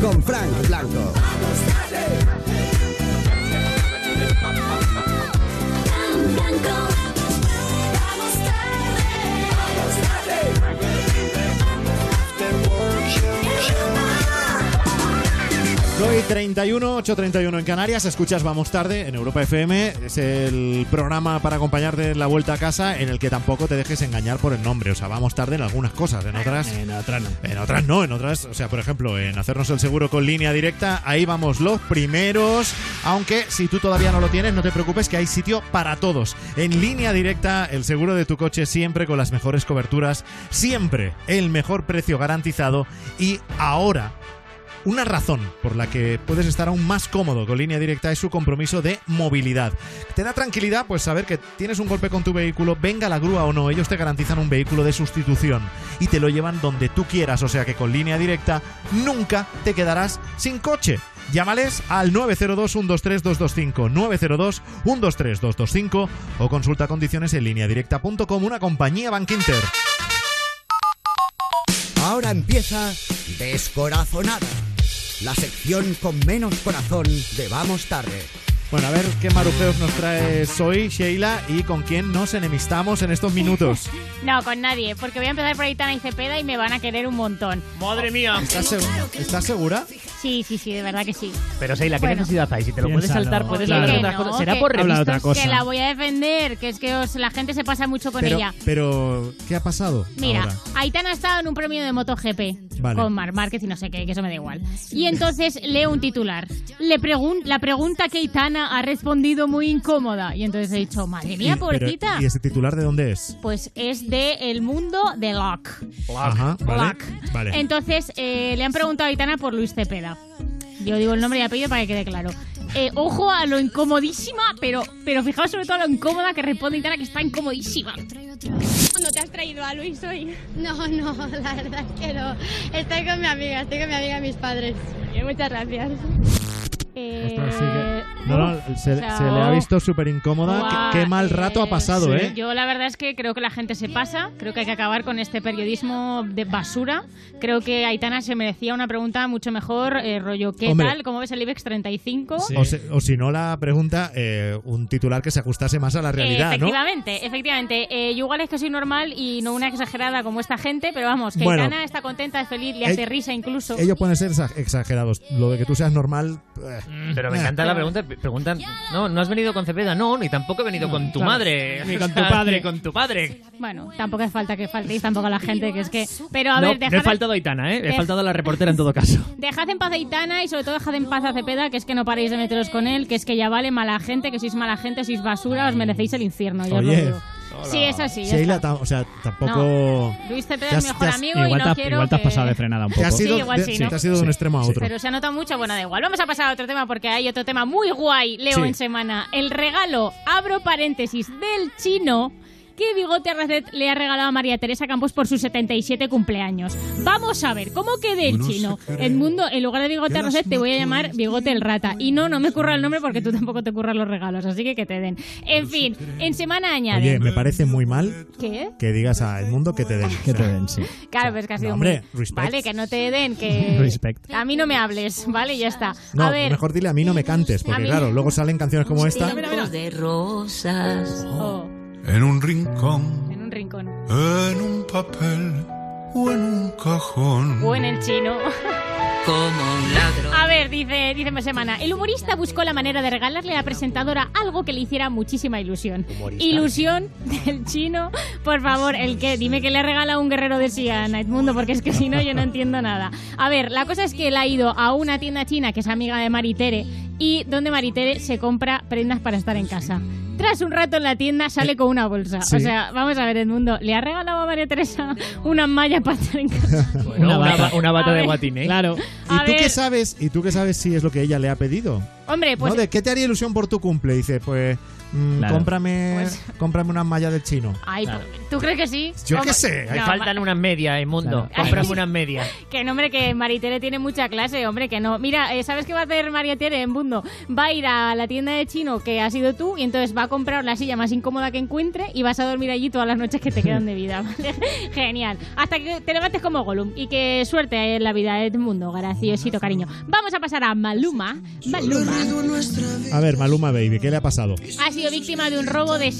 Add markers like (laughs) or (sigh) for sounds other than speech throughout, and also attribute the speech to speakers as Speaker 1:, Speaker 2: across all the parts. Speaker 1: con Frank Blanco.
Speaker 2: Hoy 31, 8.31 en Canarias, escuchas Vamos Tarde en Europa FM, es el programa para acompañarte en la vuelta a casa en el que tampoco te dejes engañar por el nombre, o sea, vamos tarde en algunas cosas, en otras...
Speaker 3: En otra no.
Speaker 2: En otras no, en otras, o sea, por ejemplo, en hacernos el seguro con línea directa, ahí vamos los primeros, aunque si tú todavía no lo tienes, no te preocupes que hay sitio para todos. En línea directa, el seguro de tu coche siempre con las mejores coberturas, siempre el mejor precio garantizado y ahora una razón por la que puedes estar aún más cómodo con línea directa es su compromiso de movilidad. Te da tranquilidad pues saber que tienes un golpe con tu vehículo, venga la grúa o no, ellos te garantizan un vehículo de sustitución y te lo llevan donde tú quieras, o sea que con línea directa nunca te quedarás sin coche. Llámales al 902-123-225, 902-123-225 o consulta condiciones en línea directa.com, una compañía Bank Inter.
Speaker 1: Ahora empieza Descorazonada, la sección con menos corazón de Vamos Tarde.
Speaker 2: Bueno, a ver qué marujeos nos traes hoy, Sheila, y con quién nos enemistamos en estos minutos.
Speaker 4: No, con nadie, porque voy a empezar por Aitana y Cepeda y me van a querer un montón.
Speaker 3: Madre mía.
Speaker 2: ¿Estás, segu- estás segura?
Speaker 4: Sí, sí, sí, de verdad que sí.
Speaker 3: Pero Seila, ¿qué
Speaker 4: Bueno.
Speaker 3: necesidad hay? Si te lo
Speaker 5: Piénsalo.
Speaker 3: puedes saltar, puedes
Speaker 4: Oye,
Speaker 3: hablar de
Speaker 4: que
Speaker 3: otras
Speaker 4: no,
Speaker 3: cosas. ¿Será
Speaker 4: que-
Speaker 3: por
Speaker 5: Habla de
Speaker 3: revistas?
Speaker 5: otra cosa.
Speaker 4: Que la voy a defender, que es que os- la gente se pasa mucho con
Speaker 2: pero,
Speaker 4: ella.
Speaker 2: pero, ¿qué ha pasado?
Speaker 4: Mira,
Speaker 2: ahora?
Speaker 4: Aitana ha estado en un premio de MotoGP
Speaker 2: Vale.
Speaker 4: con Mar Márquez y no sé qué, que eso me da igual. Y entonces leo un titular. Le pregun la pregunta que Aitana ha respondido muy incómoda. Y entonces he dicho, madre mía,
Speaker 2: Y- pero-
Speaker 4: pobrecita.
Speaker 2: ¿Y ese titular de dónde es?
Speaker 4: Pues es de El Mundo de Locke.
Speaker 2: Ajá, vale.
Speaker 4: Black.
Speaker 2: Vale.
Speaker 4: Entonces, eh, le han preguntado a Aitana por Luis Cepeda. Yo digo el nombre y apellido para que quede claro. Eh, ojo a lo incomodísima, pero, pero fijaos sobre todo a lo incómoda que responde Aitana, que está incomodísima.
Speaker 6: ¿No te has traído a Luis hoy?
Speaker 7: No, no, (laughs) la verdad es que no. Estoy con mi amiga, estoy con mi amiga y mis padres.
Speaker 6: Muchas gracias.
Speaker 4: Eh,
Speaker 2: Ostras, sí que- no, no, se,
Speaker 4: sea,
Speaker 2: se le ha
Speaker 4: oh.
Speaker 2: visto súper incómoda.
Speaker 4: Buah,
Speaker 2: qué, qué mal
Speaker 4: eh,
Speaker 2: rato ha pasado,
Speaker 4: sí.
Speaker 2: ¿eh?
Speaker 4: Yo la verdad es que creo que la gente se pasa, creo que hay que acabar con este periodismo de basura. Creo que Aitana se merecía una pregunta mucho mejor, eh, rollo, ¿qué
Speaker 2: Hombre.
Speaker 4: tal? ¿Cómo ves el IBEX 35?
Speaker 3: Sí.
Speaker 2: O, se- o si no, la pregunta, eh, un titular que se ajustase más a la realidad, ¿no?
Speaker 4: Eh, efectivamente, efectivamente. Eh, yo igual es que soy normal y no una exagerada como esta gente, pero vamos, que
Speaker 2: Bueno.
Speaker 4: Aitana está contenta, es feliz, le
Speaker 2: Ell-
Speaker 4: hace risa incluso.
Speaker 2: Ellos pueden ser exa- exagerados. Lo de que tú seas normal. eh,
Speaker 3: Pero me
Speaker 2: eh.
Speaker 3: encanta la pregunta. Preguntan, no, no has venido con Cepeda, no, ni tampoco he venido con tu
Speaker 5: claro.
Speaker 3: madre.
Speaker 5: Ni
Speaker 3: O
Speaker 5: con tu
Speaker 3: sea, (laughs)
Speaker 5: padre.
Speaker 3: Ni con tu padre.
Speaker 4: Bueno, tampoco hace falta que faltéis tampoco a la gente, que es que... Pero a
Speaker 3: no,
Speaker 4: ver,
Speaker 3: no
Speaker 4: dejad,
Speaker 3: he faltado a Aitana, ¿eh? He
Speaker 4: Dej-
Speaker 3: faltado a la reportera en todo caso.
Speaker 4: dejad en paz a Aitana y sobre todo dejad en paz a Cepeda, que es que no paréis de meteros con él, que es que ya vale mala gente, que sois mala gente, sois basura, os merecéis el infierno, yo os lo
Speaker 2: Oye.
Speaker 4: digo. Sí, es así. ya
Speaker 2: Sheila,
Speaker 4: está.
Speaker 2: tam- o sea, tampoco.
Speaker 4: Luis Cepeda
Speaker 2: Te has-
Speaker 4: es mi
Speaker 2: te
Speaker 4: mejor
Speaker 2: has-
Speaker 4: amigo y
Speaker 5: Igual,
Speaker 4: no
Speaker 5: te, ha-
Speaker 4: quiero
Speaker 5: igual te has
Speaker 4: que-
Speaker 5: pasado de frenada un
Speaker 2: Te
Speaker 5: poco.
Speaker 2: has
Speaker 4: Sí,
Speaker 2: ido,
Speaker 4: igual
Speaker 2: de,
Speaker 4: sí,
Speaker 2: sí,
Speaker 4: ¿no?
Speaker 2: te has ido de un
Speaker 5: Sí,
Speaker 2: extremo a otro.
Speaker 4: Pero se ha notado mucho, bueno, da igual. Vamos a pasar a otro tema porque hay otro tema muy guay, Leo,
Speaker 2: Sí.
Speaker 4: en semana. El regalo, abro paréntesis, del chino que Bigote Arracet le ha regalado a María Teresa Campos por sus 77 cumpleaños. Vamos a ver, ¿cómo quede el chino? El mundo, en lugar de Bigote Arracet, te voy a llamar Bigote el Rata. Y no, no me curra el nombre porque tú tampoco te curras los regalos, así que que te den. En fin, en semana
Speaker 2: Oye,
Speaker 4: añaden...
Speaker 2: me parece muy mal
Speaker 4: ¿Qué?
Speaker 2: que digas a Edmundo que te den.
Speaker 5: Que te den, sí.
Speaker 4: Claro, pero es que ha sido
Speaker 2: no, hombre,
Speaker 4: muy-
Speaker 2: respect.
Speaker 4: Vale, que no te
Speaker 2: (laughs)
Speaker 4: den, que...
Speaker 5: Respect.
Speaker 4: A mí no me hables, ¿vale? Ya está.
Speaker 2: No,
Speaker 4: a ver...
Speaker 2: mejor dile a mí no me cantes,
Speaker 4: A
Speaker 2: porque
Speaker 4: mí-
Speaker 2: claro, luego salen canciones como esta.
Speaker 8: de rosas.
Speaker 4: Oh,
Speaker 9: En un rincón,
Speaker 4: en un rincón.
Speaker 9: en un papel o en un cajón.
Speaker 4: O en el chino.
Speaker 8: Como un ladrón.
Speaker 4: A ver, dice, dice Semana. El humorista buscó la manera de regalarle a la presentadora algo que le hiciera muchísima ilusión. Ilusión del chino. Por favor, el que, dime que le ha regalado un guerrero de Sian a Edmundo, porque es que si no yo no entiendo nada. A ver, la cosa es que él ha ido a una tienda china que es amiga de Maritere y donde Maritere se compra prendas para estar en casa. Tras un rato en la tienda sale con una bolsa.
Speaker 2: Sí.
Speaker 4: O sea, vamos a ver, Edmundo, ¿le ha regalado a María Teresa una malla para estar en casa?
Speaker 3: (laughs) Bueno, una,
Speaker 5: Una bata.
Speaker 3: ba- una bata
Speaker 4: A
Speaker 3: de ¿eh?
Speaker 4: ver.
Speaker 3: guatine.
Speaker 5: Claro.
Speaker 4: A
Speaker 2: ¿Y tú
Speaker 4: ver.
Speaker 2: qué sabes? ¿Y tú qué sabes si es lo que ella le ha pedido?
Speaker 4: Hombre, pues
Speaker 2: ¿No? ¿De qué te haría ilusión por tu cumple? Dice, pues mm,
Speaker 3: Claro.
Speaker 2: cómprame,
Speaker 4: Pues-
Speaker 2: cómprame unas mallas del chino.
Speaker 4: Ay,
Speaker 3: Claro.
Speaker 4: ¿tú crees que sí?
Speaker 2: Yo
Speaker 4: Vamos,
Speaker 2: qué sé, hay
Speaker 4: no,
Speaker 3: Faltan unas medias, el mundo.
Speaker 8: Claro.
Speaker 3: Compramos unas (laughs) medias.
Speaker 4: Que no, hombre, que Maritere tiene mucha clase, hombre, que no. Mira, eh, ¿sabes qué va a hacer Maritere en Mundo? Va a ir a la tienda de chino que ha sido tú y entonces va a comprar la silla más incómoda que encuentre y vas a dormir allí todas las noches que te quedan de vida, (laughs) ¿vale? Genial. Hasta que te levantes como Gollum y que suerte en la vida de Mundo, graciosito, cariño. Vamos a pasar a Maluma. Maluma
Speaker 2: A ver, Maluma Baby, ¿qué le ha pasado?
Speaker 4: ha sido víctima de un robo de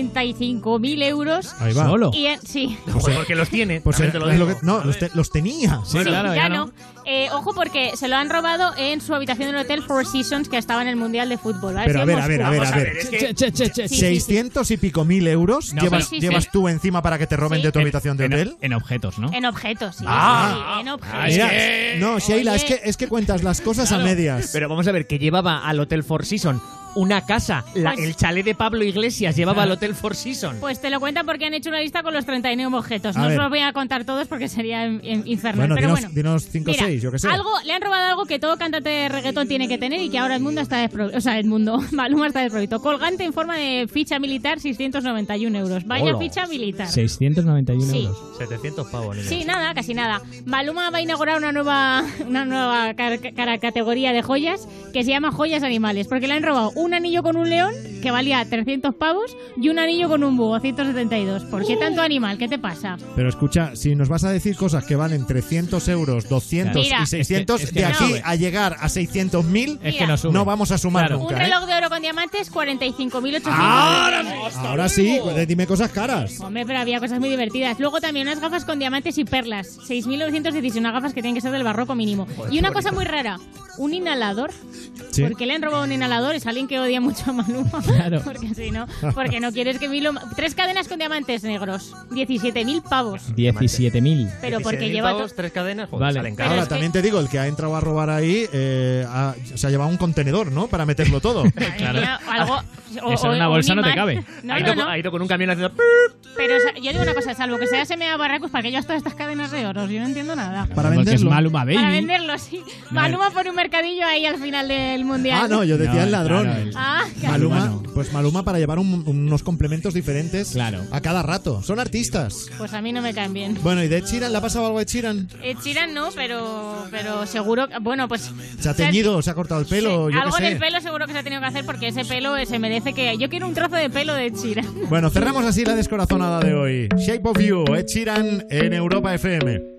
Speaker 4: 675.000 euros.
Speaker 2: Ahí va.
Speaker 3: Solo.
Speaker 4: Y en- sí,
Speaker 3: Joder, porque los tiene.
Speaker 2: Pues
Speaker 3: también
Speaker 2: era-
Speaker 3: te lo
Speaker 2: es lo
Speaker 3: digo.
Speaker 2: que- no, los, te- los tenía.
Speaker 3: Bueno,
Speaker 4: Sí,
Speaker 3: claro,
Speaker 4: ya, no. Eh, ojo porque se lo han robado en su habitación del hotel Four Seasons que estaba en el Mundial de Fútbol. ¿vale?
Speaker 2: Pero
Speaker 4: Sí,
Speaker 2: a ver,
Speaker 4: en
Speaker 2: a ver, a
Speaker 4: Moscú.
Speaker 2: ver, a
Speaker 3: Vamos
Speaker 2: ver.
Speaker 3: es que-
Speaker 5: Che, che, che, che.
Speaker 4: Sí, sí,
Speaker 2: 600 y pico mil euros
Speaker 5: No,
Speaker 2: llevas,
Speaker 4: pero- sí, sí,
Speaker 2: llevas
Speaker 4: sí.
Speaker 2: tú encima para que te roben
Speaker 4: Sí.
Speaker 2: de tu
Speaker 5: En-
Speaker 2: habitación de
Speaker 5: en-
Speaker 2: hotel.
Speaker 5: En objetos, ¿no?
Speaker 4: En objetos, sí.
Speaker 3: Ah.
Speaker 4: sí, en objetos.
Speaker 5: Ay,
Speaker 2: Mira,
Speaker 5: que-
Speaker 2: no, Sheila, es
Speaker 4: Oye.
Speaker 2: que, es que cuentas las cosas a medias.
Speaker 3: Pero vamos a ver, que llevaba al Hotel Four Seasons una casa, la-
Speaker 4: Pues-
Speaker 3: el chalet de Pablo Iglesias llevaba al Hotel Four Seasons.
Speaker 4: Pues te lo cuentan porque han hecho una lista con los 39 objetos.
Speaker 2: A
Speaker 4: no os
Speaker 2: ver.
Speaker 4: los voy a contar todos porque sería en- en- infernal.
Speaker 2: bueno,
Speaker 4: pero
Speaker 2: dinos,
Speaker 4: bueno.
Speaker 2: dinos cinco o
Speaker 4: Mira,
Speaker 2: 6, yo qué sé.
Speaker 4: Algo, le han robado algo que todo cantante de reggaetón tiene que tener y que ahora el mundo está desprovisto. O sea, el mundo. (laughs) Maluma está desprovisto. Colgante en forma de ficha militar, 691 euros. Vaya
Speaker 3: Hola.
Speaker 4: ficha militar.
Speaker 5: 691
Speaker 4: Sí.
Speaker 5: euros.
Speaker 3: 700 pavos. niña.
Speaker 4: Sí, nada, casi nada. Maluma va a inaugurar una nueva, una nueva car- cara- categoría de joyas que se llama joyas animales, porque le han robado un anillo con un león que valía 300 pavos y un anillo con un búho, 172. ¿Por
Speaker 2: Uh.
Speaker 4: qué tanto animal? ¿Qué te pasa?
Speaker 2: Pero escucha, si nos vas a decir cosas que valen 300 euros, 200
Speaker 4: Mira.
Speaker 2: y 600,
Speaker 5: Es que-
Speaker 2: de
Speaker 5: es que
Speaker 2: aquí
Speaker 5: no.
Speaker 2: a llegar a 600 mil,
Speaker 5: Es
Speaker 4: Mira.
Speaker 5: que no sube.
Speaker 2: no vamos a sumar
Speaker 5: Claro.
Speaker 4: Un
Speaker 2: nunca. ¿eh?
Speaker 4: reloj de oro con diamantes, 45.800.
Speaker 2: Ahora sí, pues, dime cosas caras.
Speaker 4: Hombre, pero había cosas muy divertidas. Luego también unas gafas con diamantes y perlas. 6.911 gafas que tienen que ser del barroco mínimo. y una cosa muy rara, un inhalador.
Speaker 2: Sí.
Speaker 4: Porque le han robado un inhalador, es alguien que odia mucho a Maluma.
Speaker 5: (laughs) Claro.
Speaker 4: (laughs) Porque si no, porque no quieres que Milo... Tres cadenas con diamantes negros, 17.000 pavos.
Speaker 5: 17.000.
Speaker 4: Pero porque
Speaker 3: 17.000
Speaker 4: lleva... to-
Speaker 3: pavos, tres cadenas, joder,
Speaker 5: Vale.
Speaker 3: salen
Speaker 4: Pero
Speaker 2: Ahora,
Speaker 4: es
Speaker 3: caras.
Speaker 4: que-
Speaker 2: también te digo, el que ha entrado a robar ahí eh, ha- se ha llevado un contenedor, ¿no? Para meterlo
Speaker 4: (laughs)
Speaker 2: todo.
Speaker 4: Madre mía, eh,
Speaker 5: (laughs)
Speaker 4: algo- o-
Speaker 5: Eso en
Speaker 4: o-
Speaker 5: una
Speaker 4: o
Speaker 5: bolsa
Speaker 4: un
Speaker 5: no te
Speaker 4: imán.
Speaker 5: cabe.
Speaker 4: (laughs) No,
Speaker 3: ha,
Speaker 4: no,
Speaker 3: ido,
Speaker 4: no.
Speaker 3: ha ido con un camión haciendo...
Speaker 4: Pero o sea, yo digo una cosa, salvo que sea SMA Barracus, ¿para qué llevas todas estas cadenas de oro? Yo no entiendo nada.
Speaker 2: Para
Speaker 5: Porque es
Speaker 2: venderlo.
Speaker 5: Maluma Baby.
Speaker 4: Para venderlo, sí. Maluma por un mercadillo ahí al final del mundial.
Speaker 2: Ah, no, yo decía
Speaker 5: No,
Speaker 2: el ladrón.
Speaker 5: claro, el-
Speaker 4: (laughs) Ah, claro.
Speaker 2: Maluma,
Speaker 5: Maluma no.
Speaker 2: pues Maluma para llevar un- unos complementos diferentes
Speaker 5: Claro.
Speaker 2: a cada rato. Son artistas.
Speaker 4: Pues a mí no me caen bien.
Speaker 2: Bueno, ¿y de Chiran le ha pasado algo a Chiran?
Speaker 4: Eh, Chiran no, pero, pero seguro... que- Bueno, pues...
Speaker 2: Se ha teñido, se ha cortado el pelo,
Speaker 4: Sí,
Speaker 2: yo qué
Speaker 4: algo
Speaker 2: sé.
Speaker 4: en el pelo seguro que se ha tenido que hacer porque ese pelo eh, se merece que... Yo quiero un trozo de pelo de Chiran.
Speaker 2: Bueno, cerramos así la descorazonada de hoy. Shape of You, Ed Sheeran en Europa FM.